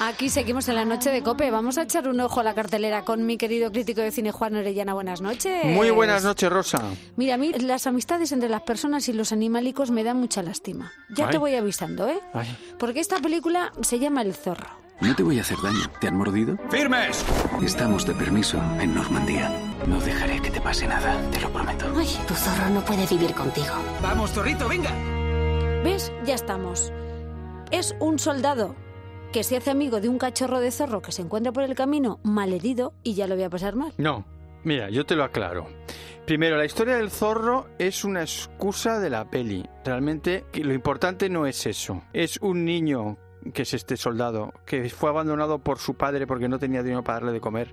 Aquí seguimos en la noche de Cope. Vamos a echar un ojo a la cartelera con mi querido crítico de cine Juan Orellana. Buenas noches. Muy Pues, buenas noches, Rosa. Mira, a mí las amistades entre las personas y los animalicos me dan mucha lástima. Ya Ay. te voy avisando, ¿eh? Ay. Porque esta película se llama El Zorro. No te voy a hacer daño. ¿Te han mordido? ¡Firmes! Estamos de permiso en Normandía. No dejaré que te pase nada, te lo prometo. Ay, tu zorro no puede vivir contigo. Vamos, zorrito, venga. ¿Ves? Ya estamos. Es un soldado que se hace amigo de un cachorro de zorro que se encuentra por el camino malherido y ya lo voy a pasar mal. No, mira, yo te lo aclaro. Primero, la historia del zorro es una excusa de la peli. Realmente que lo importante no es eso. Es un niño que es este soldado, que fue abandonado por su padre porque no tenía dinero para darle de comer.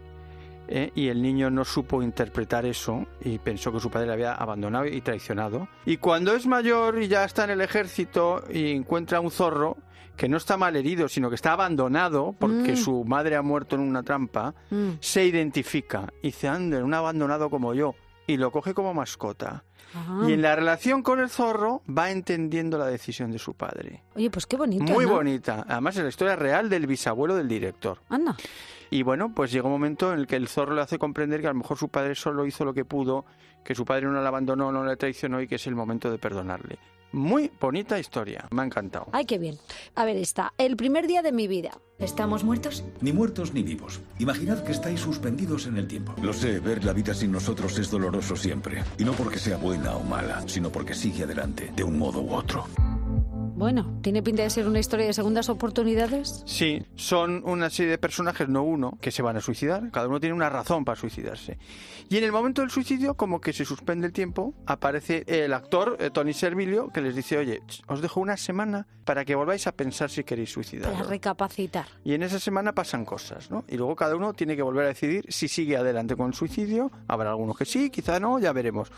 ¿eh? Y el niño no supo interpretar eso y pensó que su padre le había abandonado y traicionado. Y cuando es mayor y ya está en el ejército y encuentra un zorro que no está mal herido, sino que está abandonado porque Mm. su madre ha muerto en una trampa, Mm. se identifica y dice, anda, un abandonado como yo, y lo coge como mascota. Ah. Y en la relación con el zorro va entendiendo la decisión de su padre. Oye, pues qué bonito. Muy ¿no? bonita. Además es la historia real del bisabuelo del director. Anda. Y bueno, pues llega un momento en el que el zorro le hace comprender que a lo mejor su padre solo hizo lo que pudo, que su padre no le abandonó, no le traicionó y que es el momento de perdonarle. Muy bonita historia. Me ha encantado. Ay, qué bien. A ver, está. El primer día de mi vida. ¿Estamos muertos? Ni muertos ni vivos. Imaginad que estáis suspendidos en el tiempo. Lo sé, ver la vida sin nosotros es doloroso siempre. Y no porque sea buena o mala, sino porque sigue adelante, de un modo u otro. Bueno, tiene pinta de ser una historia de segundas oportunidades. Sí, son una serie de personajes, no uno, que se van a suicidar. Cada uno tiene una razón para suicidarse. Y en el momento del suicidio, como que se suspende el tiempo, aparece el actor eh, Tony Servilio que les dice, oye, ch, os dejo una semana para que volváis a pensar si queréis Para suicidaros. recapacitar. Y en esa semana pasan cosas, ¿no? Y luego cada uno tiene que volver a decidir si sigue adelante con el suicidio. Habrá algunos que sí, quizá no, ya veremos.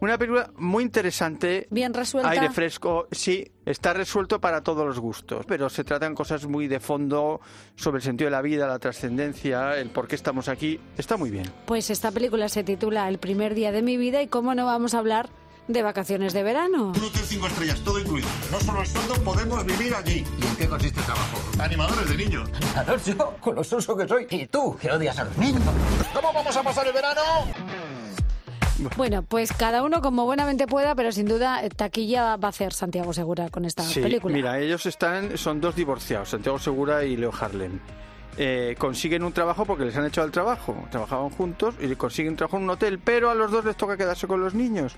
Una película muy interesante, Bien resuelta. Aire fresco, sí, está resuelto para todos los gustos, pero se tratan cosas muy de fondo sobre el sentido de la vida, la trascendencia, el por qué estamos aquí. Está muy bien. Pues esta película se titula El primer día de mi vida y cómo no vamos a hablar de vacaciones de verano. Un hotel cinco estrellas, todo incluido. No solo el sueldo, podemos vivir allí. ¿Y en qué consiste el trabajo? Animadores de niños. Claro, yo, con lo soso que soy. Y tú, que odias a los niños. ¿Cómo vamos a pasar el verano? Bueno, pues cada uno como buenamente pueda, pero sin duda eh, taquilla va a hacer Santiago Segura con esta Sí, película. Mira, ellos están, son dos divorciados, Santiago Segura y Leo Harlem. Eh, consiguen un trabajo porque les han hecho al trabajo. Trabajaban juntos y consiguen un trabajo en un hotel, pero a los dos les toca quedarse con los niños.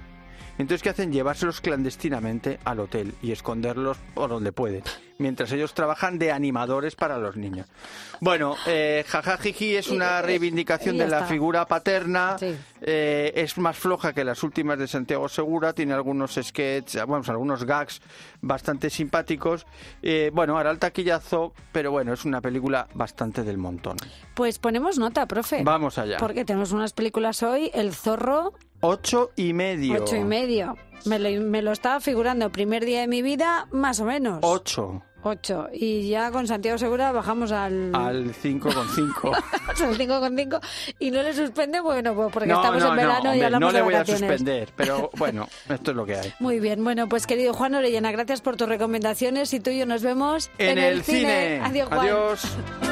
Entonces, ¿qué hacen? Llevárselos clandestinamente al hotel y esconderlos por donde pueden, mientras ellos trabajan de animadores para los niños. Bueno, eh, jajajiji es una reivindicación eh, y ya de la está. figura paterna, Sí. eh, es más floja que las últimas de Santiago Segura, tiene algunos sketches, vamos, algunos gags bastante simpáticos. Eh, bueno, hará el taquillazo, pero bueno, es una película bastante del montón. Pues ponemos nota, profe. Vamos allá. Porque tenemos unas películas hoy, El Zorro, Ocho y medio. ocho y medio. Me lo, me lo estaba figurando, primer día de mi vida, más o menos. Ocho. Ocho. Y ya con Santiago Segura bajamos al... Al 5,5. al 5,5 y no le suspende, bueno, pues porque No, estamos no, en verano no, y hombre, hablamos no le de voy a vacaciones. suspender, pero bueno, esto es lo que hay. Muy bien, bueno, pues querido Juan Orellana, gracias por tus recomendaciones y tú y yo nos vemos En, el, cine. Adiós, Juan. Adiós.